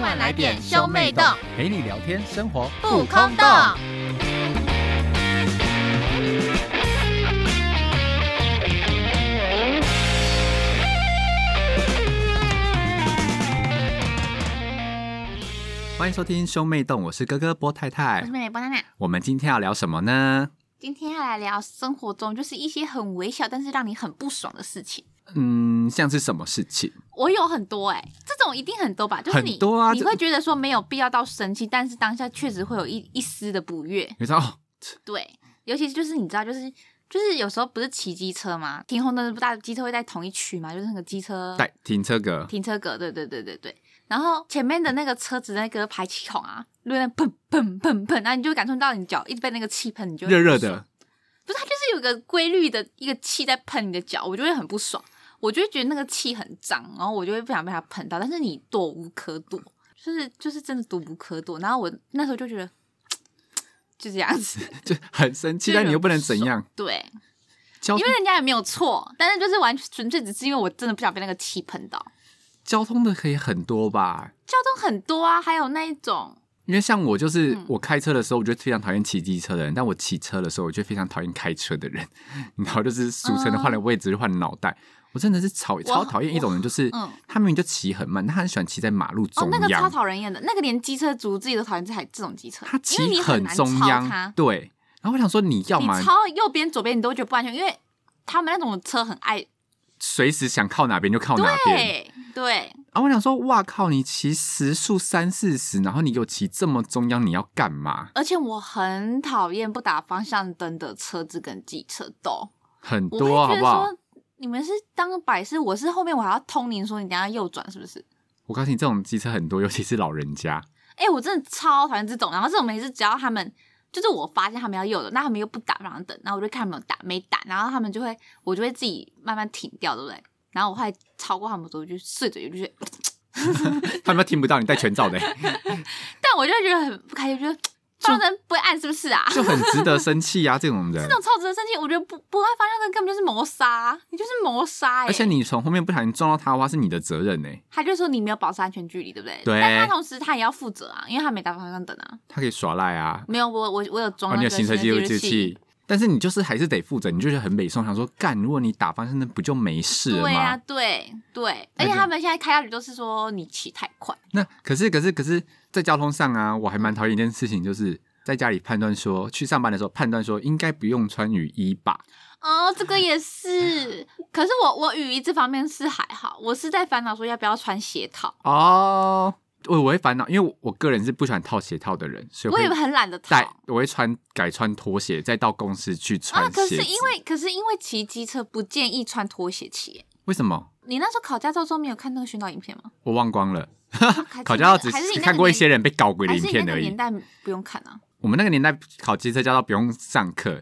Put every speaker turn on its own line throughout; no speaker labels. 快来点兄妹洞，
陪你聊天，生活
不空洞。
欢迎收听兄妹洞，我是哥哥波太
我
太
是。美美波娜娜，
我们今天要聊什么呢？
今天要来聊生活中就是一些很微小但是让你很不爽的事情。
嗯，像是什么事情？
我有很多哎、这种一定很多吧？就是你
很多啊
你
这
会觉得说没有必要到生气，但是当下确实会有一一丝的不悦。
你知道、哦，
对，尤其是就是你知道，就是就是有时候不是骑机车嘛，停红灯的不大机车会在同一区嘛，就是那个机车
在停车格，
停车格，对对对对对。然后前面的那个车子那个排气孔啊，就在那砰砰砰砰，然后你就会感受到你脚一直被那个气喷，你就会
热热
不爽
的，
不是，它就是有个规律的一个气在喷你的脚，我就会很不爽，我就会觉得那个气很脏，然后我就会不想被它喷到，但是你躲无可躲，就是就是真的躲无可躲。然后我那时候就觉得就这样子，
就很生气，
就
但你又不能
很不爽
怎样。
对，
交
因为人家也没有错，但是就是完全纯粹只是因为我真的不想被那个气喷到。
交通的可以很多吧？
交通很多啊，还有那一种
因为像我就是、
嗯
我开车的时候，我就非常讨厌骑机车的人，但我骑车的时候，我就非常讨厌开车的人。 然后就是俗称
嗯
的换了位置就换脑袋，我真的是超超讨厌一种人，就是、
嗯
他明明就骑很慢，但他很喜欢骑在马路
哦
中，
那个
央，
超讨人厌的，那个连机车族自己都讨厌这台这种机车，
他
因为
骑
你很难
中
超它
央，对。然后我想说，你要
你
么
超右边、左边你都觉得不安全，因为他们那种车很爱，
随时想靠哪边就靠哪边，
对对，
然后我想说，哇靠！你骑时速三四十，然后你给我骑这么中央，你要干嘛？
而且我很讨厌不打方向灯的车子跟机车都，
很
我
多
会
啊好
觉得
不好
说？你们是当摆设，我是后面我还要通灵说你等一下右转是不是？
我告诉你，这种机车很多，尤其是老人家，
哎、我真的超讨厌这种。然后这种每次只要他们，就是我发现他们要右的，那他们又不打，然后等，然后我就看他们有打没打，然后他们就会，我就会自己慢慢停掉，对不对？然后我会超过他们的时候，我就碎嘴，我就觉得，
他们听不到你戴 全罩的、欸
但我就会觉得很不开心，觉得方向灯不会按是不是啊？
就很值得生气啊！这种人
这，种超值得生气，我觉得不不按方向灯根本就是谋杀，你就是谋杀、欸。
而且你从后面不小心撞到他的话，是你的责任欸呢、
他就说你没有保持安全距离，对不对？
对
但他同时他也要负责啊，因为他没打方向灯啊。
他可以耍赖啊，
没有，我我我有装
哦，
那
你
个
有行车记录
记
器。。但是你就是还是得负责，你就是很北宋，想说干，如果你打方向灯不就没事了吗？
对啊，对对，而
那
且
就
他们现在开下去都是说你骑太快，
那可是可是可是在交通上啊，我还蛮讨厌一件事情，就是在家里判断说去上班的时候判断说应该不用穿雨衣吧，
哦，这个也 是。可是我我雨衣这方面是还好，我是在烦恼说要不要穿鞋套，
哦，我我会烦恼，因为我我个人是不喜欢套鞋套的人，所以
我也
会
很懒得套
带我会穿改穿拖鞋，再到公司去穿
啊。
鞋
可
子。
是因为可是因为骑机车不建议穿拖鞋骑耶，
为什么
你那时候考驾照的时候没有看那个宣导影片 吗？
我忘光了？
还
考
是
驾照
你还是
只
你那个
看过一些
年
人被搞鬼的
还
影
是你
片
那个
而
年
已。
代不用看啊。
我们那个年代考机车驾照不用上课，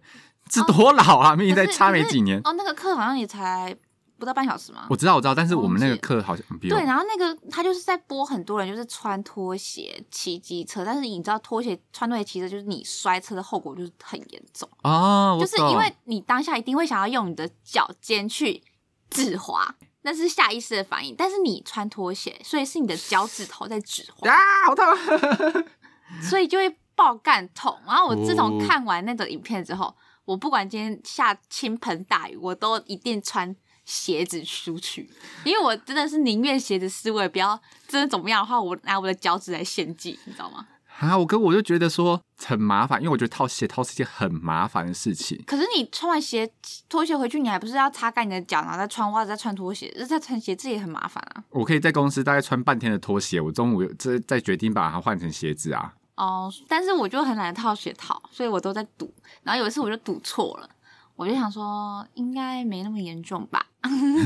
这多老啊！明明
哦可
在
是
差没
可是
几年。
哦，那个课好像也才不到半小时嘛。
我知道，我知道，但是
我
我们那个
忘记
课好像嗯不用
对，然后那个他就是在播很多人就是穿拖鞋骑机车，但是你知道拖鞋穿拖鞋骑车就是你摔车的后果就是很严重，
哦，我
就是因
懂
为你当下一定会想要用你的脚尖去止滑，那是下意识的反应，但是你穿拖鞋，所以是你的脚趾头在止滑，
啊，好痛！
所以就会爆干痛。然后我自从
哦
看完那个影片之后，我不管今天下倾盆大雨，我都一定穿。鞋子出去，因为我真的是宁愿鞋子湿，我也不要真的怎么样的话，我拿我的脚趾来献祭，你知道吗？
啊，我哥我就觉得说很麻烦，因为我觉得套鞋套是一件很麻烦的事情。
可是你穿完鞋拖鞋回去，你还不是要擦干你的脚，然后再穿袜子，再穿拖鞋，再穿鞋，这也很麻烦啊。
我可以在公司大概穿半天的拖鞋，我中午有这再决定把它换成鞋子啊。
哦，但是我就很懒得套鞋套，所以我都在赌。然后有一次我就赌错了，我就想说应该没那么严重 吧，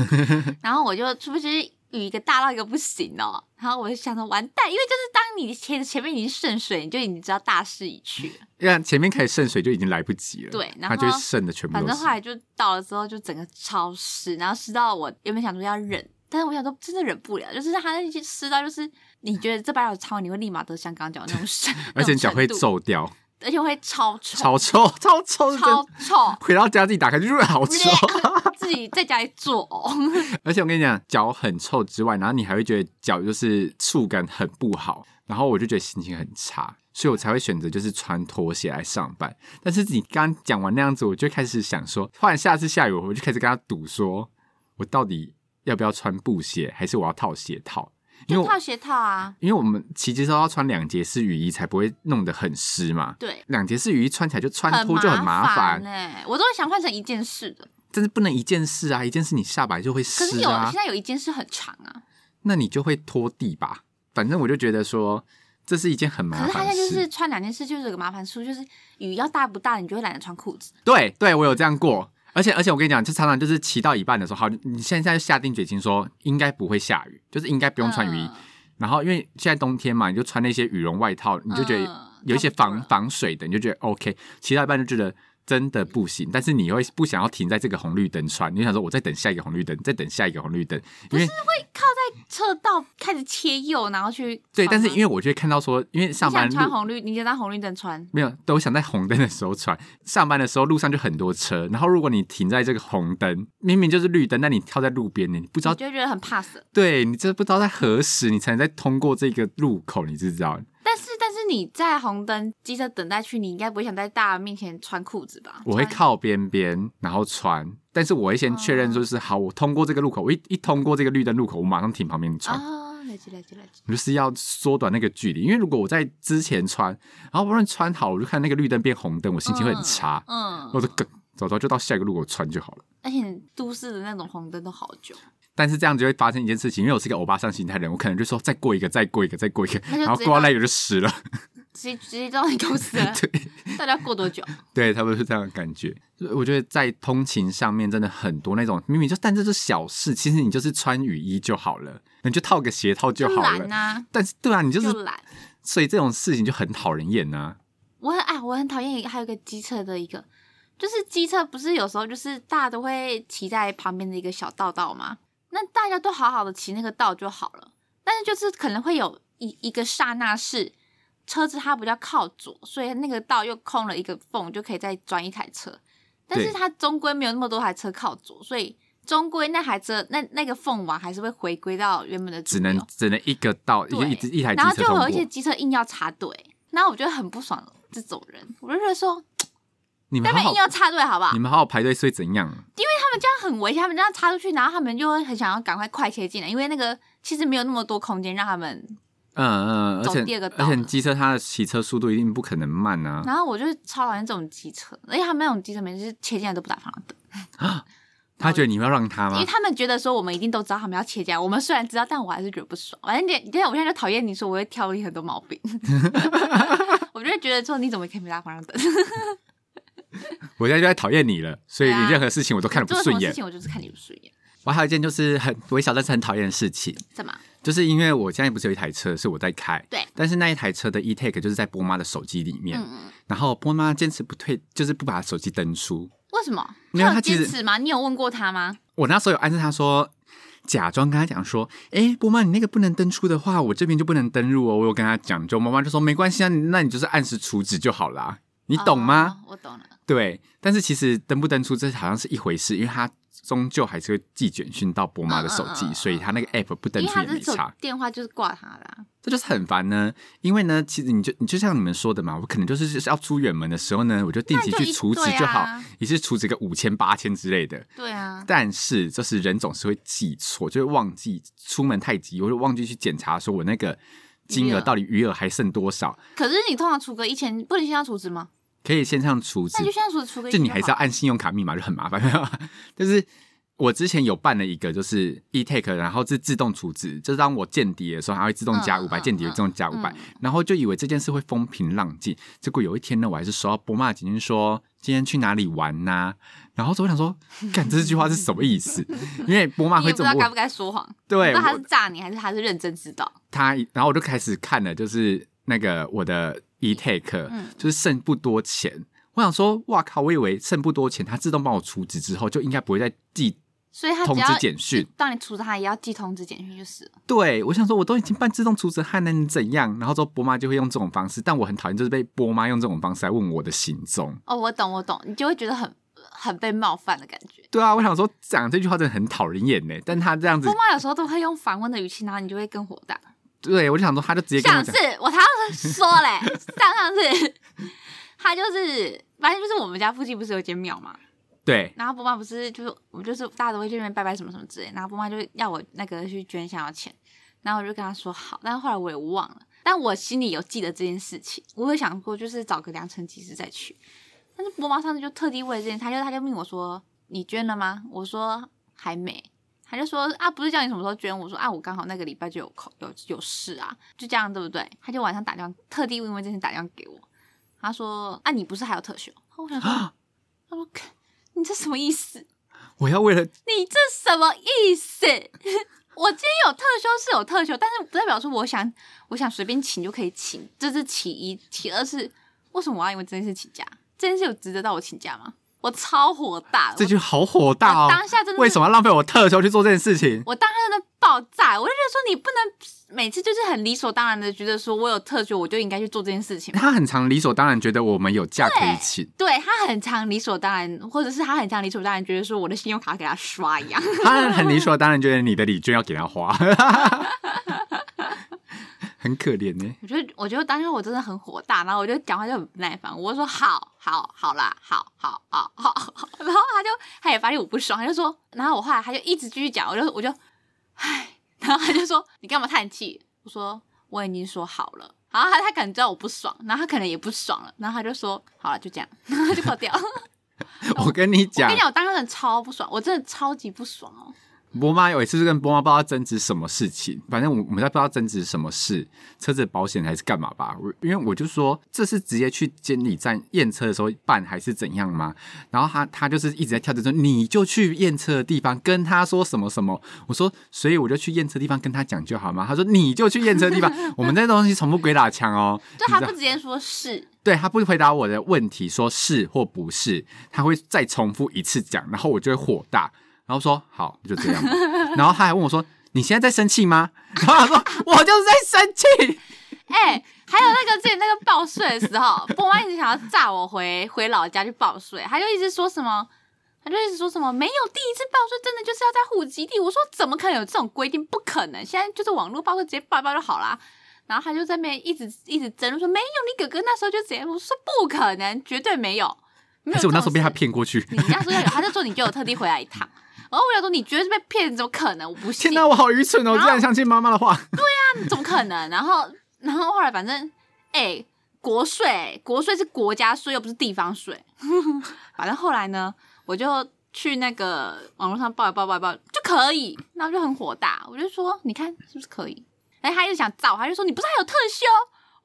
然后我就是不是雨一个大到一个不行哦，然后我就想说完蛋，因为就是当你前前面已经渗水，你就已经知道大势已去 了。
因为前面开始渗水就已经来不及了，
对然
它
后
就会渗的全部
反
都
正
是
后。来就到了之后，就整个超湿，然后湿到我原本想说要忍，但是我想说真的忍不了，就是它那些
，
湿到就是你觉得这把小超你会立马得香港脚那种湿
而且
那种
脚
程
会
度
皱掉，
而且会超臭，
超臭，超臭是真，
超 臭，
回到家自己打开就是好臭。
自己在家里作呕。
而且我跟你讲，脚很臭之外，然后你还会觉得脚就是触感很不好，然后我就觉得心情很差，所以我才会选择就是穿拖鞋来上班。但是你刚讲完那样子，我就开始想说，换下次下雨，我就开始跟他赌说，我到底要不要穿布鞋，还是我要套鞋套？ 因
就
为我
套鞋套啊，
因为我们骑机车要穿两节式雨衣，才不会弄得很湿嘛。
对，
两节式雨衣穿起来就穿
很
脱就很麻
烦
烦，
哎、我都想换成一件事的。
但是不能一件事啊，一件事你下摆就会
可是
湿
有、
啊
现。在有一件事很长啊，
那你就会拖地吧。反正我就觉得说，这是一件很
可
麻
是他
烦
现在
的
就
事。
是穿两件事，就是有个麻烦处，就是雨要大不大，你就会懒得穿裤子。
对对，我有这样过。而且而且，我跟你讲，就常常就是骑到一半的时候，好，你现在就下定决心说应该不会下雨，就是应该不用穿雨衣。
嗯
然后因为现在冬天嘛，你就穿那些羽绒外套，你就觉得
嗯
有一些
差不多
防
了
防水的，你就觉得 OK。骑到一半就觉得真的不行，但是你会不想要停在这个红绿灯穿，你就想说我再等下一个红绿灯，再等下一个红绿灯，因为
车道开始切右，然后去
对，但是因
为
为我就会看到说，因为上班
想穿
路
红绿，你就当红绿灯穿，
没有，都想在红灯的时候穿。上班的时候路上就很多车，然后如果你停在这个红灯，明明就是绿灯，但你跳在路边呢，你不知
你
道，
就会觉得很怕死。
对你这不知道在何时你才能再通过这个路口，你知不知道？
但是但是你在红灯机车等待区，你应该不会想在大家面前穿裤子吧？
我会
穿
靠边边，然后穿，但是我会先确认就是、好，我通过这个路口，我一一通过这个绿灯路口，我马上停旁边穿。
啊，了解了解了解。
我就是要缩短那个距离，因为如果我在之前穿，然后不论穿好，我就看那个绿灯变红灯，我心情会很差，
嗯，
我就更早早就到下一个路口穿就好了。
而且都市的那种红灯都好久，
但是这样就会发生一件事情，因为我是个欧巴桑心态的人，我可能就说再过一个，再过一个，再过一个，
那就
然后
直接
过到
到
那个就 湿了。，
直接直接到你公司了
对
到底要过多久？
对，差不多是这样的感觉。所以我觉得在通勤上面真的很多那种明明就但这是小事，其实你就是穿雨衣就好了，你就套个鞋套 就好了。
懒呐，
但是对啊，你就
就是懒。
所以这种事情就很讨人厌啊呐、
我很哎，我很讨厌一个还有一个机车的一个，就是机车不是有时候就是大家都会骑在旁边的一个小道道吗？那大家都好好的骑那个道就好了，但是就是可能会有一一个刹那是车子它比较靠左，所以那个道又空了一个缝，就可以再转一台车。但是
对
它终归没有那么多台车靠左，所以终归那台车那那个缝网还是会回归到原本的主
只能
流
只能一个道一
对
一只一台机
然后
车
就
通
有一些
过。
机车硬要插队，然后我觉得很不爽这种人，我就觉得说
你们
那边
好嗯好
硬，要插队好不好？
你们好好排队，所以怎样？
他们这样很危险，他们这样插出去，然后他们就会很想要赶快快切进来，因为那个其实没有那么多空间让他们。
嗯嗯，而
走
且
第二个道
而且
了
机车它的骑车速度一定不可能慢啊。
然后我就超讨厌这种机车，而且他们那种机车每次切进来都不打方向灯，
他觉得你们要让他
因
吗
为？他们觉得说我们一定都知道他们要切进来，我们虽然知道，但我还是觉得不爽。反正你，你看我现在就讨厌你说我会挑你很多毛 病，我就会觉得说你怎么可以没打方向 灯？
我现在就在讨厌你了，所以
对
你
啊
任何事情我都看得不
做什
顺
么事
眼。
情我就是看你不顺眼，
我还有一件就是很微小但是很讨厌的事情，
怎么？
就是因为我现在不是有一台车是我在开，
对，
但是那一台车的 e tag 就是在波妈的手机里面，
嗯嗯，
然后波妈坚持不退，就是不把手机登出。
为什么？
没有
他
他其
坚
实
持吗？你有问过他吗？
我那时候有暗示他说，假装跟他讲说，哎、波妈你那个不能登出的话，我这边就不能登录哦。我有跟他讲，就妈妈就说没关系啊，那你就是按时处置就好啦，你懂吗？
哦？我懂了。
对，但是其实登不登出这好像是一回事，因为它终究还是会寄简讯到波妈的手机，
嗯嗯嗯嗯
所以它那个 app 不登
因为
出
他
也没
这手
差，
电话就是挂他的、啊，
这就是很烦呢。因为呢，其实你就你就像你们说的嘛，我可能就是就是要出远门的时候呢，我就定期
那就
去
一
储值
对
就好，
啊
也是储值个五千八千之类的。
对啊，
但是就是人总是会记错，就会忘记出门太急，我就忘记去检查说我那个金
余
额
额
到底余额还剩多少，
可是你通常除个一千，不能线上储值吗？
可以线上储值
那你就线上储除个一
就
千好了，
你还是要按信用卡密码，就很麻烦。没 有就是我之前有办了一个，就是 e take，然后是自动储值，就是当我间谍的时候，它会自动加
嗯
五百、
嗯
间谍自动加五百、然后就以为这件事会风平浪静。结果有一天呢，我还是收到波妈的简讯说今天去哪里玩呐、然后我想说，干这句话是什么意思？因为波妈
你也
会
不知
这
道
么
该
问
不，该说谎，
对
不知道他
我
是诈你还是他是认真知道，
他，然后我就开始看了，就是那个我的 e take，、
嗯
就是剩不多钱。我想说，哇靠！我以为剩不多钱，他自动帮我储值之后，就应该不会再寄
所以他
通
只
知
要
简讯
到你处置他，也要寄通知简讯就是了。
对，我想说，我都已经办自动除责汉了，能怎样？然后之后波妈就会用这种方式，但我很讨厌，就是被波妈用这种方式来问我的行踪。
哦，我懂，我懂，你就会觉得很很被冒犯的感觉。
对啊，我想说讲这句话真的很讨人厌呢，但他这样子
姑，妈有时候都会用反问的语气，然后你就会更火大。
对我就想说，他就直接跟我
上
讲
次，我才要说嘞，上上次 他就是，反正就是我们家附近不是有一间庙嘛，
对
然后波妈不是就是我们就是大家都会去那边拜拜什么什么之类，然后波妈就要我那个去捐想要钱，然后我就跟她说好，但是后来我也忘了，但我心里有记得这件事情，我有想过就是找个良辰吉时再去，但是波妈上次就特地为了这件事，她就她就问我说你捐了吗？我说还没。她就说啊，不是叫你什么时候捐？我说啊，我刚好那个礼拜就有空有有事啊，就这样对不对？她就晚上打电话，特地因为这件事打电话给我，她说啊，你不是还有特休？我想说，她说看你这什么意思？
我要为了
你这什么意思？ 我今天有特休是有特休，但是不代表说我想我想随便请就可以请，这是其一。其二是为什么我要因为这件事请假？这件事有值得到我请假吗？我超火大的，
这句好火大
我
哦！
当下真的是
为什么要浪费我特休去做这件事情？
我当时在爆炸，我就觉得说你不能每次就是很理所当然的觉得说我有特休我就应该去做这件事情嘛。
他很常理所当然觉得我们有假可以请，
对他很常理所当然，或者是他很常理所当然觉得说我的信用卡给他刷一样。
他很理所当然觉得你的礼券要给他花， 很可怜呢。
我觉得，我觉得当时我真的很火大，然后我就讲话就很不耐烦，我就说好好好啦，好好好好好，然后他就他也发现我不爽，他就说，然后我后来他就一直继续讲，我就我就，唉，然后他就说你干嘛叹气？我说我已经说好了，然后他他可能知道我不爽，然后他可能也不爽了，然后他就说好了就这样， 然后他就挂掉。我
我跟你讲
跟你，讲，我当时真的超不爽，我真的超级不爽哦。
波妈有一次是跟波妈不知道争执什么事情，反正我我们在不知道争执什么事，车子的保险还是干嘛吧？我因为我就说这是直接去监理站验车的时候办还是怎样吗？然后他他就是一直在跳着说你就去验车的地方跟他说什么什么，我说所以我就去验车的地方跟他讲就好吗？他说你就去验车的地方，我们这东西从不鬼打墙哦，
就
你
他
知道
不直接说是，
对他不回答我的问题，说是或不是，他会再重复一次讲，然后我就会火大，然后说好就这样 吧。然后他还问我说：“你现在在生气吗？”然后他说：“我就是在生气。
哎、还有那个之前那个报税的时 候，波妈一直想要炸我回回老家去报税，他就一直说什么，他就一直说什么没有第一次报税真的就是要在户籍地，我说怎么可能有这种规定？不可能，现在就是网络报税直接报一报就好啦。然后他就在那边一直一直争论说没有，你哥哥那时候就直接我说不可能，绝对没有，”没有。
可是我那时候被他，骗过去，
你那时候有，他就说你就有特地回来一趟。然后我想说，你绝对是被骗，怎么可能？我不信。
天哪，我好愚蠢哦！我竟然相信妈妈的话。
怎么可能？然后，然后后来反正，哎、国税，国税是国家税，又不是地方税。 反正后来呢，我就去那个网络上报一报，报一报就可以。那我就很火大，我就说，你看是不是可以？哎，他一直想造，他就说你不是还有特休？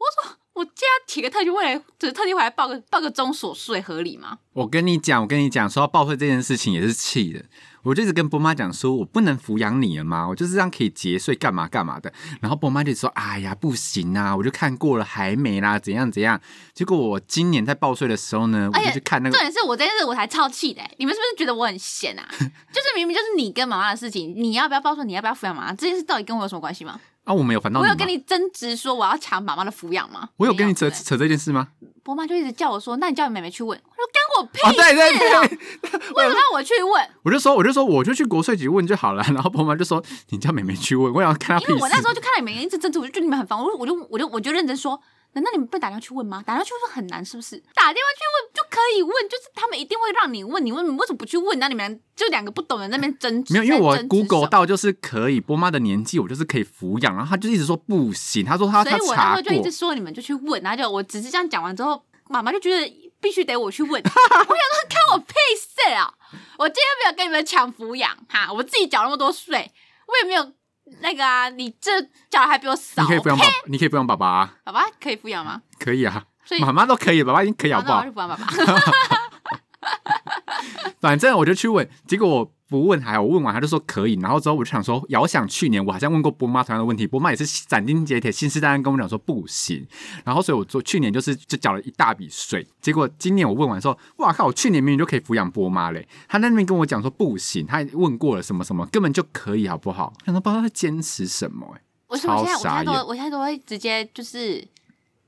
我说我今天要提个特休，为了只是特地回来报个报个中所税合理吗？
我跟你讲，我跟你讲，说到报税这件事情也是气的。我就一直跟波妈讲说，我不能抚养你了吗？我就是这样可以节税，干嘛干嘛的。然后波妈就说：“哎呀，不行啊，我就看过了，还没啦，怎样怎样。”结果我今年在报税的时候呢，我
而且
就去看那
重
个，
点是我这件事我才超气的、欸你们是不是觉得我很闲啊？ 就是明明就是你跟妈妈的事情，你要不要报说你要不要抚养妈妈这件事，到底跟我有什么关系吗？
啊，我没有烦到
我
你
有
吗？
跟你争执说我要抢妈妈的抚养吗？
我有跟你
没
扯
对不对
扯这件事吗？
伯妈就一直叫我说，那你叫你妹妹去问。我说干我屁
啊，对啊对对，
事，为什么要我去问？
我就说我就说我就去国税局问就好了。然后波妈就说：“你叫妹妹去问，我想看她
因
屁
为我那时
事。
候就看到你们一直争执，我就觉得你们很烦，我就我就我就我就认真说。难道你们不打电话去问吗？打电话去问很难，是不是？打电话去问就可以问，就是他们一定会让你问，你问你为什么不去问？那你们就两个不懂的在那边争”执，
没有，因为
在
我
争执
Google
什么
到就是可以波妈的年纪，我就是可以抚养，然后她就一直说不行，她说她
所
她
以我那时
查
候就一
过
直，说你们就去问，然后就我只是这样讲完之后，妈妈就觉得必须得我 去问，我想说看我屁事啊！我今天没有跟你们抢抚养哈，我自己缴那么多税，我也没有那个啊，你这缴的还比我少，
你可以抚养
我
爸
呸，，
你可以抚养爸爸、啊，
爸爸可以抚养吗？
可以啊
所以，
妈妈都可以，爸爸已经可以好
好
不
那我要
好
去？抚养爸爸，
反正我就去问，结果我不问还好，我问完他就说可以，然后之后我就想说，遥想去年我好像问过波妈同样的问题，波妈也是斩钉截铁、信誓旦旦跟我讲说不行，然后所以我做去年就是就缴了一大笔税，结果今年我问完之后，哇靠，我去年明明就可以抚养波妈嘞，他那边跟我讲说不行，他问过了什么什么，根本就可以好不好？想说不知道他坚持什么、欸，
我是我
超
现在我现
傻
在都
眼，
我现在都会直接就是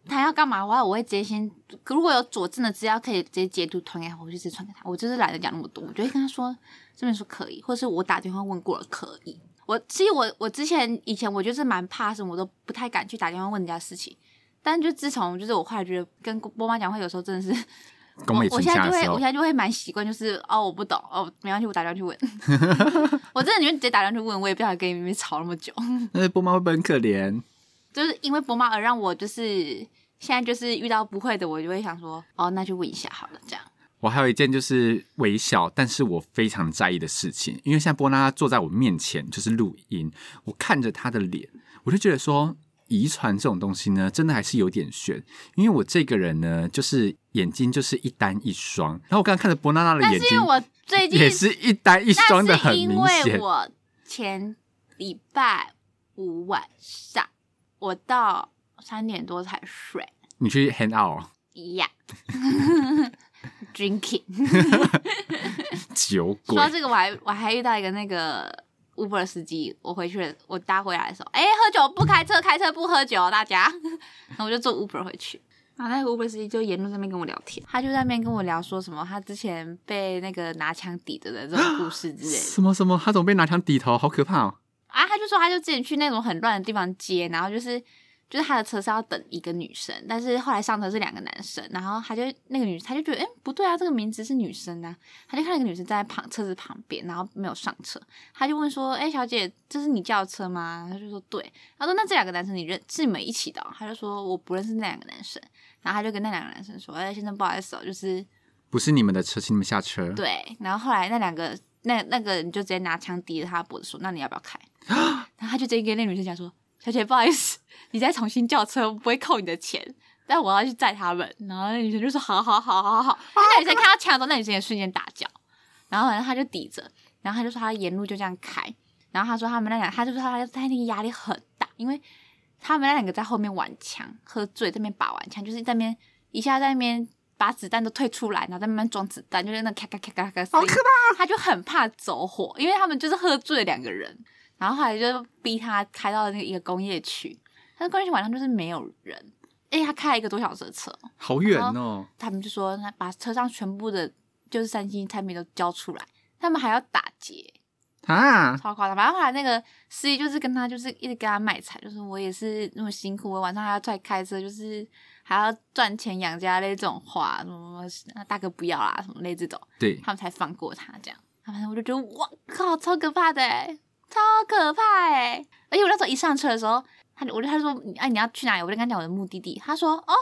他要干嘛的话，我会直接先如果有佐证的资料可以直接截图传给他，我就直接传给他。我就是懒得讲那么多，我就会跟他说这边说可以，或是我打电话问过了可以。我其实我我之前以前我就是蛮怕什么，我都不太敢去打电话问人家事情。但就自从就是我后来觉得跟波妈讲话，有时候真的是
跟
我
美
我
存
现在
下
就
的
会
时
我
候
现，在就会蛮习惯，就是哦我不懂哦没关系，我打电话去问。 我真的宁愿直接打电话去问，我也不想跟你们吵那么久。
那波妈会不会很可怜？
就是因为博妈而让我就是现在就是遇到不会的，我就会想说，哦，那就问一下好了，这样。
我还有一件就是微小，但是我非常在意的事情，因为现在波娜坐在我面前就是录音，我看着她的脸，我就觉得说，遗传这种东西呢，真的还是有点悬。因为我这个人呢，就是眼睛就是一单一双，然后我刚刚看着波娜娜的
但
眼
是因为
睛，
我最近
也是一单一双的，
但
很
是因
明
为
显。
我前礼拜五晚上我到三点多才睡
你去 hang out
一 样。Drinking。
酒鬼
说，到这个，我还我还遇到一个那个 Uber 司机，我回去了，我搭回来的时候，哎、喝酒不开车，开车不喝酒，大家。 然后我就坐 Uber 回去，然后那个 Uber 司机就沿路在那边跟我聊天，他就在那边跟我聊说什么他之前被那个拿枪抵着的这种故事之类 的。
什么什么，他怎么被拿枪抵头，好可怕哦！
啊，他就说他就之前去那种很乱的地方接，然后就是就是他的车是要等一个女生，但是后来上车是两个男生，然后他就那个女他就觉得哎、诶不对啊，这个名字是女生啊，他就看到一个女生站在旁车子旁边，然后没有上车，他就问说哎、诶小姐这是你叫的车吗？他就说对，他说那这两个男生你认是你们一起的哦、他就说我不认识那两个男生，然后他就跟那两个男生说哎、先生不好意思哦，就是
不是你们的车，请你们下车。
对，然后后来那两个那那个人就直接拿枪抵着他的脖子说：“那你要不要开？”然后他就直接跟那女生讲说：“小姐，不好意思，你再重新叫车，我不会扣你的钱，但我要去载他们。”然后那女生就说：“好好好好好。”那女生看到枪的时候，那女生也瞬间大叫，然后反正他就抵着，然后他就说他沿路就这样开，然后他说他们那两，他就说他他那个压力很大，因为他们那两个在后面玩枪，喝醉在那边把玩枪，就是在那边一下在那边把子弹都退出来，然后在慢慢装子弹，就是那咔咔咔咔咔，好可怕！他就很怕走火，因为他们就是喝醉的两个人，然后后来就逼他开到那个一个工业区，但是工业区晚上就是没有人，因为他开了一个多小时的车，
好远哦，
他们就说那把车上全部的就是三星产品都交出来，他们还要打劫。嗯
啊！
超夸张。反正后来那个司机就是跟他就是一直跟他卖惨，就是我也是那么辛苦，我晚上还要再开车，就是还要赚钱养家类这种话，什么什么啊大哥不要啦，什么类这种，
对，
他们才放过他这样。反正我就觉得哇靠，超可怕的、欸，超可怕哎、而且我那时候一上车的时候，他就我就他就说你哎、你要去哪里？我就跟他讲我的目的地，他说哦。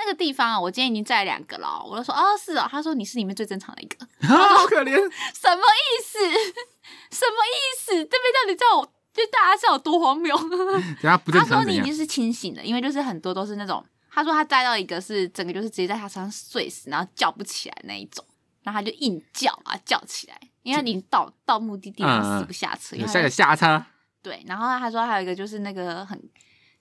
那个地方啊，我今天已经载两个了哦。我就说哦，是哦。他说你是里面最正常的一个。
啊，好可怜。
什么意思？什么意思？这边到底叫我，就大家知道有多荒谬？
等下不正
他
常
说
怎
你已
样
经？是清醒的，因为就是很多都是那种，他说他栽到一个是整个就是直接在他身上睡死，然后叫不起来那一种，然后他就硬叫啊叫起来，因为他已经到到目的地了，
嗯嗯
死不下车，因
有
为他
下个下车，
对，然后他说还有一个就是那个很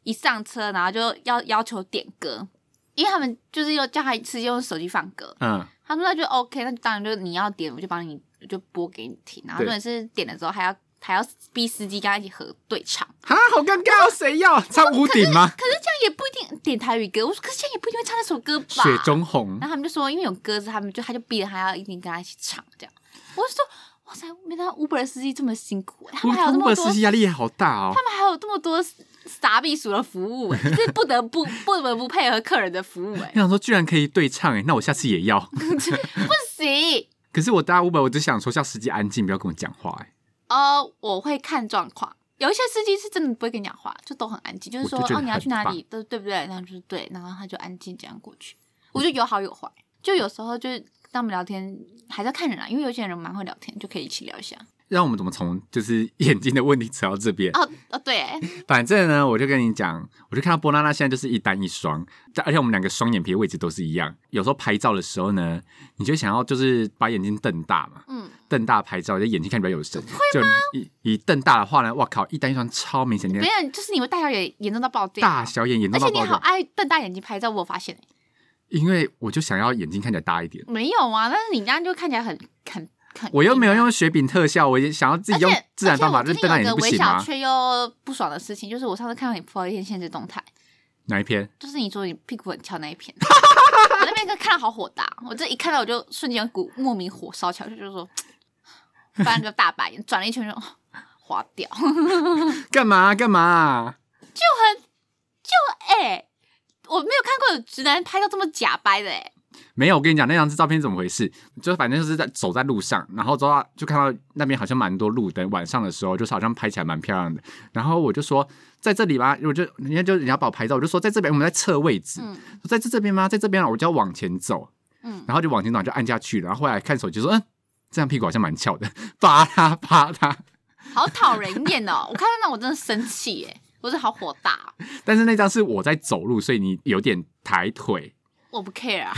一上车然后就要要求点歌，因为他们就是又叫他直接用手机放歌，
嗯，
他说那就 OK，那当然就你要点，我就帮你，我就播给你听。然后
对
重点是点的时候还要还要逼司机跟他一起合对唱，
啊，好尴尬哦，谁要唱屋顶吗？
可是这样也不一定点台语歌。我说可是这样也不一定会唱那首歌吧。
雪中红
然，后他们就说因为有歌词，他们就他就逼着他要一定跟他一起唱这样。我就说哇塞，没想到 Uber 的司机这么辛苦、欸，他们还有那么
的
多
司机压力也好大哦
他。们还有这么多傻避暑的服务、欸，就是不得不 不得不配合客人的服务、欸，哎
我，想说，居然可以对唱哎，那我下次也 要。
不行。
可是我搭 Uber，我只想说叫司机安静，不要跟我讲话哎。
呃，我会看状况。有一些司机是真的不会跟你讲话，就都很安静，就是说
我就觉得
哦，你要去哪
很
里，对对不对？然后就是对，然后他就安静这样过去。我觉得有好有坏，就有时候就是当我们聊天还是要看人啊，因为有些人蛮会聊天，就可以一起聊一下。
让我们怎么从就是眼睛的问题扯到这边？
哦哦，对耶，
反正呢，我就跟你讲，我就看到波娜娜现在就是一单一双，但而且我们两个双眼皮的位置都是一样。有时候拍照的时候呢，你就想要就是把眼睛瞪大嘛，
嗯，
瞪大拍照，就眼睛看起来比较有神。就你一一瞪大的话呢，哇靠，一单一双超明显的
没有，就是你们大小眼严重到爆掉，
大小眼眼
而
睛
且
到
你
爆
好
掉，
爱瞪大眼睛拍照，我有发现耶
因为我就想要眼睛看起来大一点。
没有啊，但是你这样就看起来很很很，啊
我又没有用雪饼特效，我也想要自己用
而且
自然方法，
而且我
就是
最近
瞪大眼
有一
睛不
个微
行
小
吗？
却又不爽的事情，就是我上次看到你 PO 一篇限制动态，
哪一篇？
就是你说你屁股很翘那一篇， 我那边看到好火大，我这一看到我就瞬间有股莫名火烧起来，就是说翻了个大白眼，转了一圈就哦滑掉。
干嘛干嘛？
哎、我没有看过有直男拍到这么假掰的哎、
没有，我跟你讲那张照片是怎么回事，就反正就是在走在路上，然后走到就看到那边好像蛮多路灯，晚上的时候就是好像拍起来蛮漂亮的。然后我就说在这里吧，我就人家就人家帮我拍照，我就说在这边，我们在测位置，
嗯
说在这这边吗？在这边啊，我就要往前走，
嗯，
然后就往前走就按下去，然后后来看手机说，嗯，这样屁股好像蛮翘的， 扒它扒它。
好讨人厌哦！我看到那我真的生气哎、我真的好火大哦、
但是那张是我在走路，所以你有点抬腿，
我不 care 啊。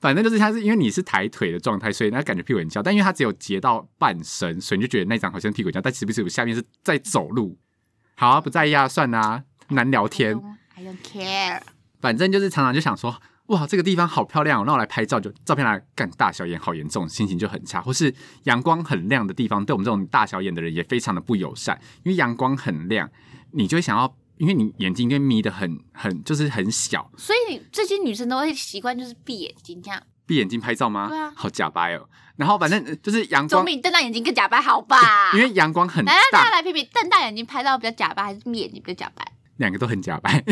反正就是它是因为你是抬腿的状态，所以那感觉屁股很翘，但因为它只有截到半身，所以你就觉得那张好像屁股很翘，但其实不是，下面是在走路。好啊，不在意啊，算啦、 难聊天。
I don't care。
反正就是常常就想说，哇，这个地方好漂亮、哦，那我来拍照就照片来干大小眼好严重，心情就很差。或是阳光很亮的地方，对我们这种大小眼的人也非常的不友善，因为阳光很亮，你就会想要，因为你眼睛就会眯得很很就是很小，
所以这些女生都会习惯就是闭眼睛这样，
闭眼睛拍照吗？
对啊
好假掰哦。然后反正呃就是阳光
总比瞪大眼睛更假掰好吧？
因为阳光很
来来啊大家
大，
来评评，瞪大眼睛拍照比较假掰，还是闭眼睛比较假掰？
两个都很假 白。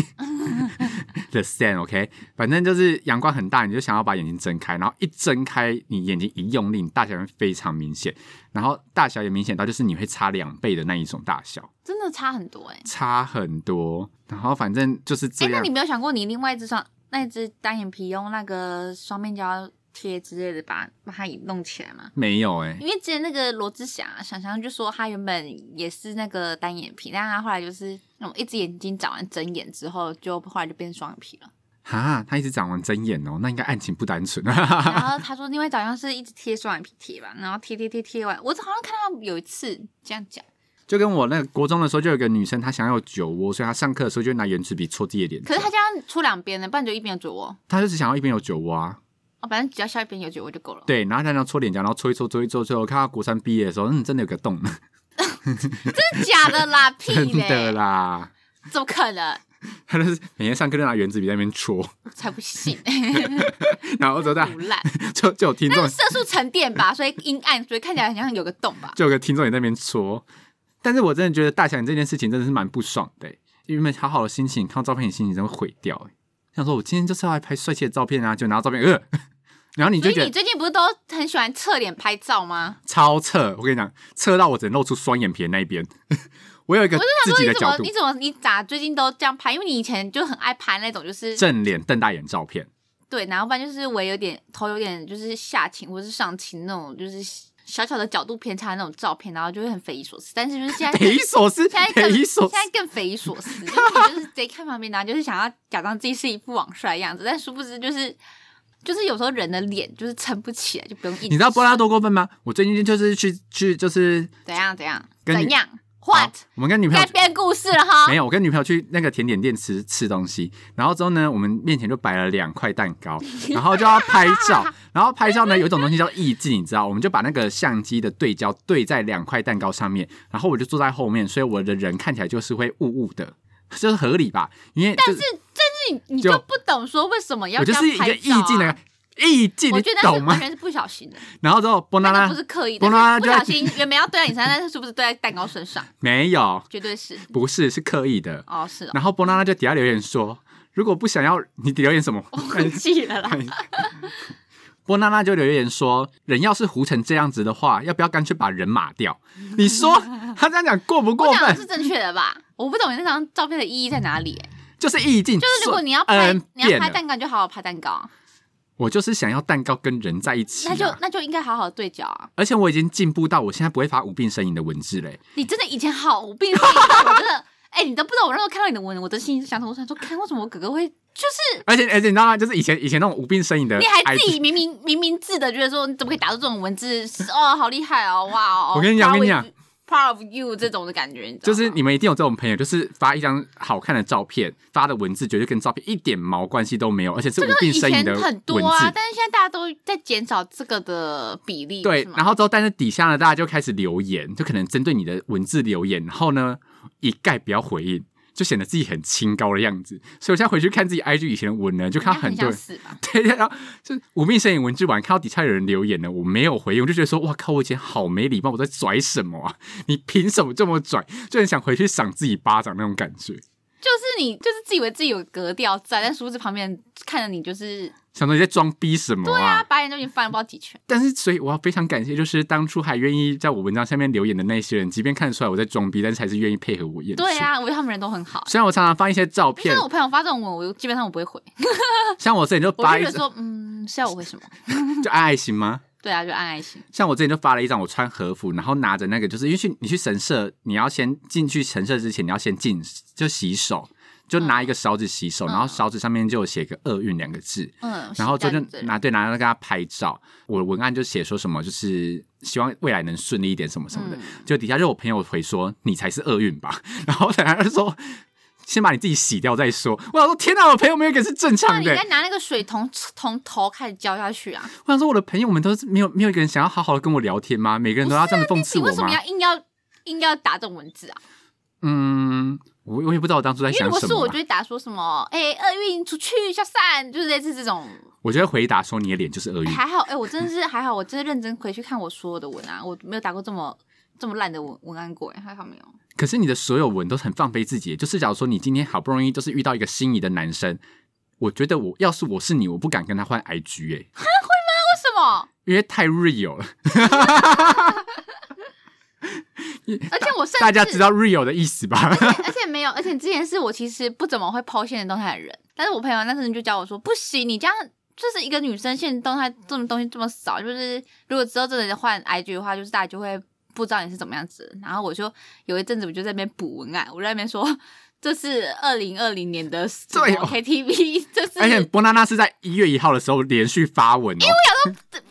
The sand, OK，反正就是阳光很大，你就想要把眼睛睁开，然后一睁开，你眼睛一用力，你大小眼非常明显，然后大小也明显到就是你会差两倍的那一种大小，
真的差很多哎、
差很多。然后反正就是
哎、
这
那
样
你，没有想过你另外一只双那一只单眼皮用那个双面胶贴之类的把把它也弄起来吗？
没有哎、
因为之前那个罗志祥啊，想想就说他原本也是那个单眼皮，但他后来就是那种一只眼睛长完整眼之后，就后来就变双眼皮 了。
哈，他一直长完针眼哦，那应该案情不单纯。
然后他说另外一种好像是一直贴双眼皮贴吧，然后贴贴贴贴完，我好像看到有一次这样讲，
就跟我那个国中的时候，就有一个女生，她想要有酒窝，所以她上课的时候就拿圆珠笔戳自己的脸颊。
可是他这样出两边的，不然就一边有酒窝，
她就只想要一边有酒窝啊。
哦，反正只要下一边有酒窝就够了。
对，然后他这样搓脸颊，然后搓一搓，搓一搓，最后看到国三毕业的时候，嗯，真的有个洞，
真的假的啦，屁
真
嘞，
的啦。
怎么可能？
他就是每天上课就拿圆珠笔在那边戳，
我才不 信，哎
然后之后大家
腐烂，
就就有听众
那是色素沉淀吧，所以阴暗，所以看起来好像有个洞吧。
就有个听众也在那边戳。但是我真的觉得大小眼这件事情真的是蛮不爽的、欸因为好好的心情看到照片，你心情真的会毁掉、欸。想说我今天就是要来拍帅气的照片啊，就拿到照片，呃， 然后你
所
就
以
觉
你
得
最近不是都很喜欢侧脸拍照吗？
超侧。我跟你讲，侧到我只能露出双眼皮的那一边。 我有一个自己
你
的
怎么
角度
你，怎么你咋最近都这样拍？因为你以前就很爱拍那种就是
正脸瞪大眼照片。
对，然后不然就是我有点头有点就是下倾或是上倾那种就是小小的角度偏差的那种照片，然后就会很匪夷所思。但是就是现在
匪夷所思，
哎现在
匪
更
夷所
现
思。
在更匪夷所思，就是你 就是直接看旁边，然后就是想要假装自己是一副网帅的样子，但殊不知就是就是有时候人的脸就是撑不起来，就不用硬。
你知道波拉多过分吗？我最近就是去去就是
怎样怎样
跟你
怎样？What？
好我们跟女朋友
该编故事了哈
没。有，我跟女朋友去那个甜点店吃吃东西，然后之后呢，我们面前就摆了两块蛋糕，然后就要拍 照，然后拍照呢有一种东西叫意境，你知道，我们就把那个相机的对焦对在两块蛋糕上面，然后我就坐在后面，所以我的人看起来就是会雾雾的，就是合理吧？因为但是
但是你你
就
就不懂说为什么要
我
这
就
样
是一
拍
个
照啊
意境的。意境，
我
你
觉得那
懂
是完
吗？
全是不小 心的，
然后之后波娜
那个
娜
不是刻意的，
波娜
但是不小
娜就在
心原本要对在你身上，但是是不是对在蛋糕身上？
没有，
绝对是。
不是是刻意的，
哦，是哦，
然后波娜娜就底下留言说：“如果不想要你留言什么
我 忘记了啦。？”
波娜娜就留言说：“人要是糊成这样子的话，要不要干脆把人码掉？” 你说他这样讲过不过
我讲的
分？
是正确的吧？我不懂你那张照片的意义在哪里、欸
就是意境，
就是如果你要
嗯
拍，你要
变
拍
了。
蛋糕，你就好好拍蛋糕啊。
我就是想要蛋糕跟人在一起、啊。
那就那就应该好好对焦啊！
而且我已经进步到我现在不会发无病呻吟的文字嘞。
你真的以前好无病呻吟，我真的，哎、你都不知道我那时候看到你的文，我的心里就想说，我想说，看为什么我哥哥会就是。
而且而且你知道吗？就是以前以前那种无病呻吟的 IG，
你还自己明明明明字的，觉得说你怎么可以打出这种文字？哦，好厉害哦，哇哦！
我跟你讲
proud
我跟你讲
of，proud of you 这种的感觉，你知道
就
吗
是你们一定有这种朋友，就是发一张好看的照片，发的文字绝对跟照片一点毛关系都没有，而且是无病
以
呻吟
前
的
很
文
多啊，
字。
但是现在大家都在减少这个的比例，
对
是，吗
然后之后，但是底下呢，大家就开始留言，就可能针对你的文字留言，然后呢，一概不要回应，就显得自己很清高的样子。所以我现在回去看自己 IG 以前的文呢，就看到
应该
很
很
多
想死
人
吧？
对，然后就是无命摄影文字完，看到底下有人留言呢，我没有回应，我就觉得说，哇靠，我以前好没礼貌，我在拽什么啊？ 你凭什么这么拽？就很想回去赏自己巴掌那种感觉，
就是你就是自以为自己有格调在，但殊不知旁边看着你就是
想说你在装逼什么
对啊，
啊？
白眼都已经翻了不知道几圈。
但是，所以我要非常感谢，就是当初还愿意在我文章下面留言的那些人，即便看得出来我在装逼，但是还是愿意配合我演出。
对，啊，我觉得他们人都很好。
虽然我常常发一些照
像
片，
我朋友发这种文，我基本上我不会回，
像我之前就
我就
发一
觉得
张，
说，嗯，是要我回什么？
就爱爱心吗？
对啊，就按爱心。
像我之前就发了一张，我穿和服，然后拿着那个，就是因为去你去神社，你要先进去神社之前，你要先进就洗手，就拿一个勺子洗手，
嗯
然后勺子上面就有写个“厄运”两个字，
嗯，
然后
这
就就拿对拿那个给他拍照，我的文案就写说什么，就是希望未来能顺利一点什么什
嗯
么的，就底下就有朋友回说你才是厄运吧， 然后等下就说。先把你自己洗掉再说。我想说，天哪，我朋友没有一个是正
那
常
你
的
应。该拿那个水桶 从头开始浇下去啊！
我想说，我的朋友们都是没有没有一个人想要好好的跟我聊天吗？每个人都要这样子讽刺
啊你
我吗？
为什么要硬要硬要打这种文字啊？
嗯，我我也不知道我当初在
因为
想
如果
什
是
么啊
我，
啦。
就会打说什么，哎、厄运出去下山，就是类似这种。
我就会回答说你的脸就是厄运。
还好，哎、我真的是还好，我真的认真回去看我所有的文啊案，我没有打过这么这么烂的文文案过，哎，还好没有。
可是你的所有文都很放飞自己，就是假如说你今天好不容易就是遇到一个心仪的男生，我觉得我要是我是你，我不敢跟他换 IG
为
哎、
什么？
因为太 real 了。
而且我甚至
大家知，道 real 的意思吧？
而且没有，而且之前是我其实不怎么会抛现实动态的人，但是我朋友那阵子就教我说，不行，你这样就是一个女生现实动态这种东西这么少，就是如果之后真的 换 IG 的话，就是大家就会不知道你是怎么样子的。然后我就有一阵子我就在那边补文案，我就在那边说。这是二零二零年的什么
对哦
KTV，这是
而且波娜娜是在一月一号的时候连续发文哦，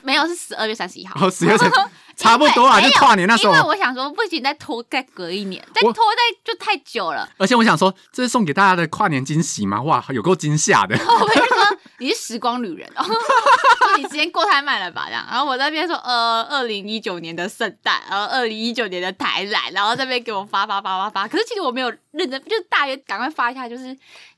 没有是十二月三十一号
然，后十 月才差不多啊，
没
就
有
跨 年那时
因为
候。
我想说不行，再拖再隔一年，再
我
拖再就太久了。
而且我想说，这是送给大家的跨年惊喜吗？哇，有够惊吓的。
我朋友说你是时光旅人哦，说你时间过太慢了吧这样。然后我在那边说呃，二零一九年的圣诞，然后二零一九年的台南，然后这边给我发发发发发。可是其实我没有认真，就是大约赶快发一下，就是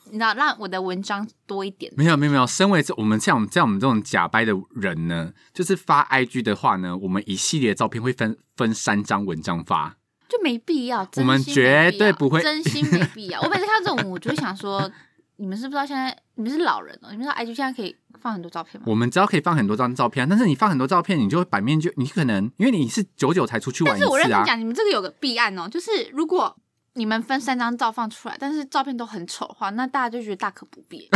你知道让我的文章多一点。
没有没有没有，身为这我们像我们像我们这种假掰的人呢，就是发 IG 的话呢，我们一系列的照片会分分三张文章发，
就没必要。真心
我们绝
没必要
对不会
真心没必要。我每次看到这种，我就会想说，你们是不知道现在你们是老人哦，你们知道 IG 现在可以放很多照片吗？
我们只要可以放很多张照片啊，但是你放很多照片，你就会版面就你可能因为你是久久才出去玩
但
一
是我认
次
真
啊，
讲，你们这个有个弊案哦，就是如果你们分三张照放出来，但是照片都很丑的话，那大家就觉得大可不 必。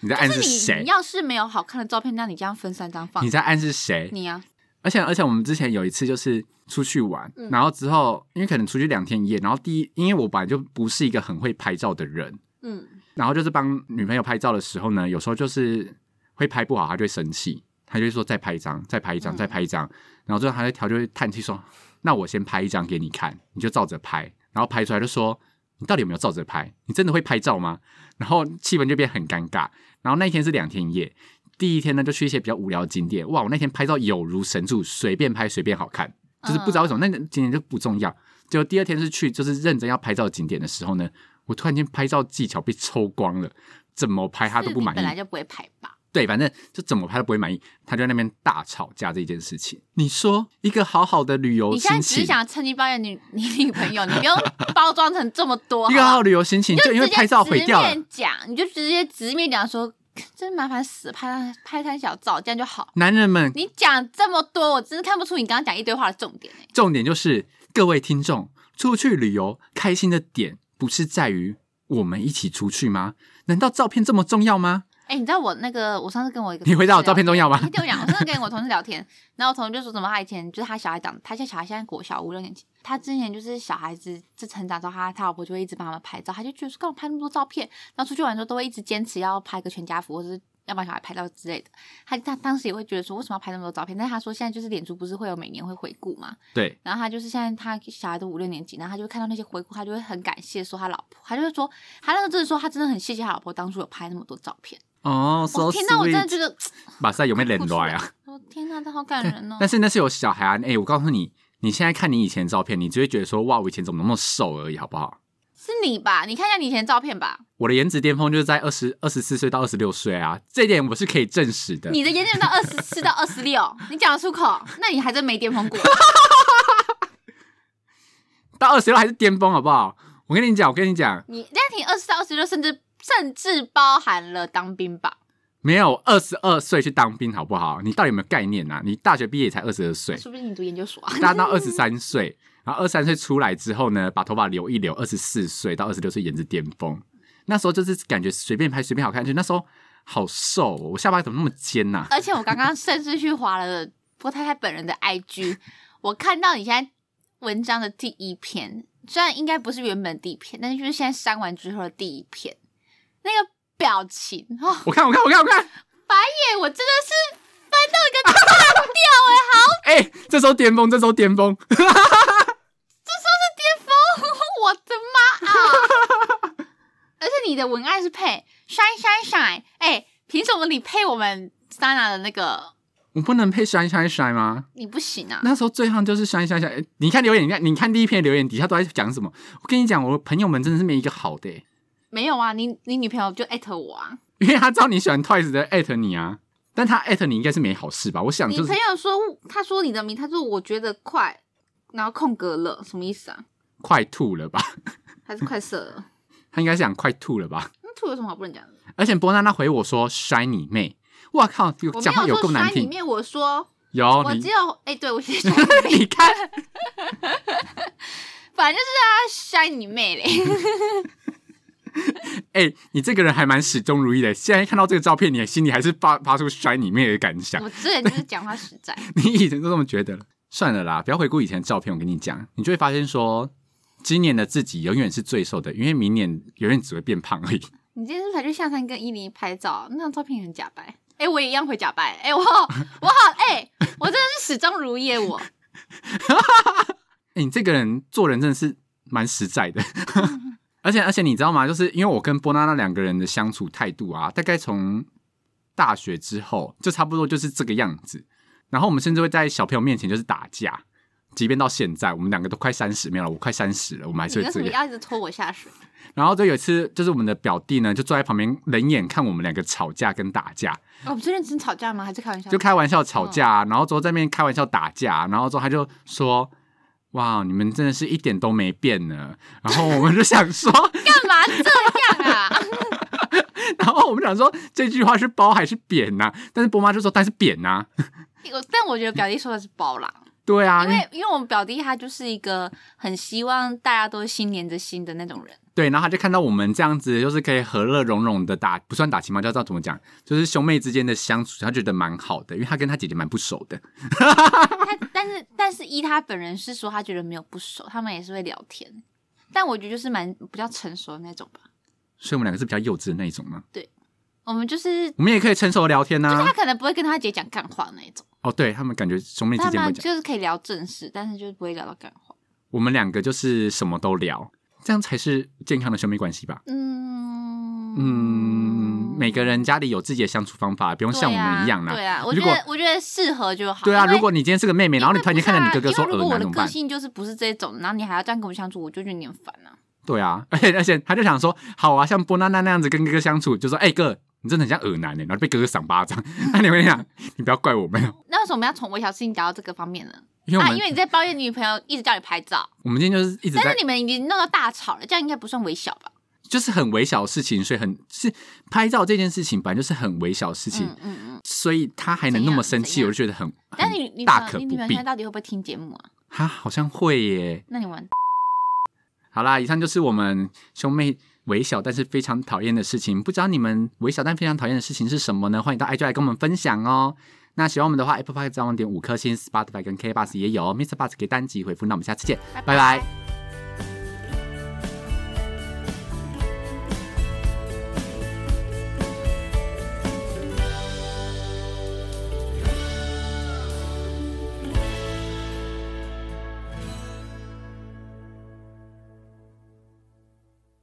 你在暗
但
示
是你
哎谁
你？要是没有好看的照片，那你这样分三张放
你，在暗示谁？
你啊，
而且而且我们之前有一次就是出去玩，
嗯
然后之后因为可能出去两天一夜，然后第一因为我本来就不是一个很会拍照的人，
嗯，
然后就是帮女朋友拍照的时候呢，有时候就是会拍不好，她就会生气，她就会说再拍一张，再拍一张，
嗯
再拍一张。然后最后她在调，就会叹气说：“那我先拍一张给你看，你就照着拍。”然后拍出来就说：“你到底有没有照着拍？你真的会拍照吗？”然后气氛就变很尴尬。然后那一天是两天一夜，第一天呢就去一些比较无聊的景点，哇，我那天拍照有如神助，随便拍随便好看，就是不知道为什么那个景点就不重要。就第二天是去就是认真要拍照的景点的时候呢，我突然间拍照技巧被抽光了，怎么拍哎他都不满
是你本来
意。
就不会拍吧？
对，反正就怎么拍都不会满意，他就在那边大吵架这件事情。你说一个好好的旅游
你现在
心
只是
情，
想趁机抱怨你你女朋友，你不用包装成这么 多。
一个好
好
好的旅游心情
不好
就因为
直接
拍照毁掉
直
了。
面讲，你就直接直面讲说，真麻烦死了，拍张拍张小照，这样就好。
男人们，
你讲这么多，我真的看不出你刚刚讲一堆话的重点、欸、
重点就是各位听众出去旅游开心的点不是在于我们一起出去吗？难道照片这么重要吗？
哎、哎、你知道我那个，我上次跟我一个
你回到我照片
中
重要吗？
哎对我讲，我上次跟我同事聊天，然后我同事就说什么他以前就是他小孩长，他家小孩现在国小五六年级，他之前就是小孩子这成长之后，他他老婆就会一直帮他们拍照，他就觉得说干嘛拍那么多照片，然后出去玩的时候都会一直坚持要拍个全家福或者是。要把小孩拍到之类的，他他当时也会觉得说为什么要拍那么多照片？但是他说现在就是脸书不是会有每年会回顾嘛，
对，
然后他就是现在他小孩都五六年级，然后他就会看到那些回顾，他就会很感谢说他老婆，他就会说他那个真的说他真的很谢谢他老婆当初有拍那么多照片。
哦
我、
，so
天哪，我真的
sweet，
觉得
马赛有没
哭
有脸
出
来啊？？
我天哪，他好感 人哦！
但是那是有小孩啊，哎、我告诉你，你现在看你以前的照片，你就会觉得说，哇，我以前怎么那么瘦而已，好不好？
是你吧？你看一下你以前的照片吧，
我的颜值巅峰就是在二十二十四岁到二十六岁啊，这一点我是可以证实的。
你的颜值到二十四到二十六，你讲得出口？那你还真没巅峰过。
到二十六还是巅峰，好不好？我跟你讲，我跟你讲，
你那你二十到二十六，甚至甚至包含了当兵吧？
没有二十二岁去当兵，好不好？你到底有没有概念啊？你大学毕业才二十二 岁，
说不定你读研究所啊？
大到二十三岁，然后二十三岁出来之后呢，把头发留一留，二十四岁到二十六岁颜值巅峰。那时候就是感觉随便拍随便好看，就那时候好瘦、哦，我下巴怎么那么尖呐、啊
而且我刚刚甚至去划了波太太本人的 IG，我看到你现在文章的第一篇，虽然应该不是原本第一篇，但是就是现在删完之后的第一篇，那个表情哦，
我看，我看，我看，我看，
耶！我真的是翻到一个炸掉哎、好
哎、这时候巅峰，这时候巅峰，
巅峰， 我的妈啊！而且你的文案是配 shine shine shine，哎、凭什么你配我们 Sana 的那个？
我不能配 shine shine shine 吗？
你不行啊！
那时候最夯就是 shine shine shine，哎你看留言，你看，你看第一篇留言底下都在讲什么？我跟你讲，我朋友们真的是没一个好的、哎
没有啊，你你女朋友就艾特我啊。
因为他知道你喜欢 Twice 的，艾特你啊，但他艾特你应该是没好事吧？我想
你
就是
朋友说，他说你的名，他说我觉得快，然后空格了，什么意思啊？
快吐了吧，
还是快射了？
他应该是想快吐了吧。
那吐有什么好不能讲的？
而且波娜娜回我说 shine 你妹，哇靠，有
我
讲话
没有
够
说
难
摔里
听，
面，我说
有
我只
你，
有哎、对我写 摔里面，
你看，
反正就是啊，摔你妹嘞！
哎、你这个人还蛮始终如一的。现在看到这个照片，你的心里还是发发出 shine 你妹的感 想。
我这人就是讲话实在，
你以前都这么觉得了，算了啦，不要回顾以前的照片。我跟你讲，你就会发现说，今年的自己永远是最瘦的，因为明年永远只会变胖而已。
你今天是不是还去下山跟伊犁拍照？那张照片也很假白，哎、我也一样会假白，哎、我好，我好，哎、我真的是始终如一耶，我
哎、你这个人做人真的是蛮实在的。 而且而且你知道吗？就是因为我跟波娜娜两个人的相处态度啊，大概从大学之后就差不多就是这个样子。然后我们甚至会在小朋友面前就是打架，即便到现在，我们两个都快三十，没有了，我快三十了，我 们还
你
是会
为什
这
么
样。
要一直拖我下水？
然后就有一次，就是我们的表弟呢，就坐在旁边冷眼看我们两个吵架跟打架，
哦我们是认真吵架吗？还是开玩笑？
就开玩笑吵架
嗯
啊、然后之后在那边开玩笑打架啊，然后之后他就说：“哇，你们真的是一点都没变呢。” 然后我们就想说，
干嘛这样啊？
然后我们想说这句话是褒还是贬呐、但是波妈就说：“但是贬 呐、
我但我觉得表弟说的是包啦，
对啊，
因为因为我们表弟他就是一个很希望大家都心连着心的那种人，
对，然后他就看到我们这样子，就是可以和乐融融的打，不算打情骂俏，知道怎么讲，就是兄妹之间的相处，他觉得蛮好的，因为他跟他姐姐蛮不熟的。
他但是但是依他本人是说他觉得没有不熟，他们也是会聊天，但我觉得就是蛮比较成熟的那种吧，
所以我们两个是比较幼稚的那一种嘛，
我们就是。
我们也可以成熟地聊天呐、啊
就是他可能不会跟他姐讲干话那一种，
哦，对他们感觉兄妹之
他
间不会
们
讲，
就是可以聊正事，但是就是不会聊到干话。
我们两个就是什么都聊，这样才是健康的兄妹关系吧。
嗯
嗯，每个人家里有自己的相处方法，不用像我们一样啦。
对啊，对啊我
如
觉
果
得我觉得适合就好。
对啊，
因为
如果你今天是个妹妹，然后你突然间看到你哥哥说
因为不是啊因
耳
为如果我的
男怎么
个
办？
性就是不是这种，然后你还要这样跟我相处，我就觉得你很烦啊。
对啊， 而且而且他就想说，好啊，像波娜娜那样子跟哥哥相处，就说，哎、哥，你真的很像耳男欸呢，然后被哥哥赏巴掌。 那你会想，你不要怪我们，哦，
那为什么要从微小事情讲到这个方面呢？
因为我
啊，
们、
因为你在抱怨你女朋友一直叫你拍照，
我们今天就是一直
但
在
是你们已经弄到大吵了，这样应该不算微小吧？
就是很微小的事情，所以很是拍照这件事情本来就是很微小的事情，
嗯嗯嗯。
所以他还能那么生气，
怎样
我就觉得很
但是你
很
你女
大可
朋友你
不
女朋友
必
现在。到底会不会听节目啊？
他好像会耶，
那你玩
好啦，以上就是我们兄妹微小但是非常讨厌的事情。不知道你们微小但非常讨厌的事情是什么呢？欢迎到 IG 来跟我们分享哦。那喜欢我们的话，Apple Park 再帮我们点五颗星，Spotify 跟 K Bus 也有哦，Mr. Bus 给单集回复。那我们下次见，拜拜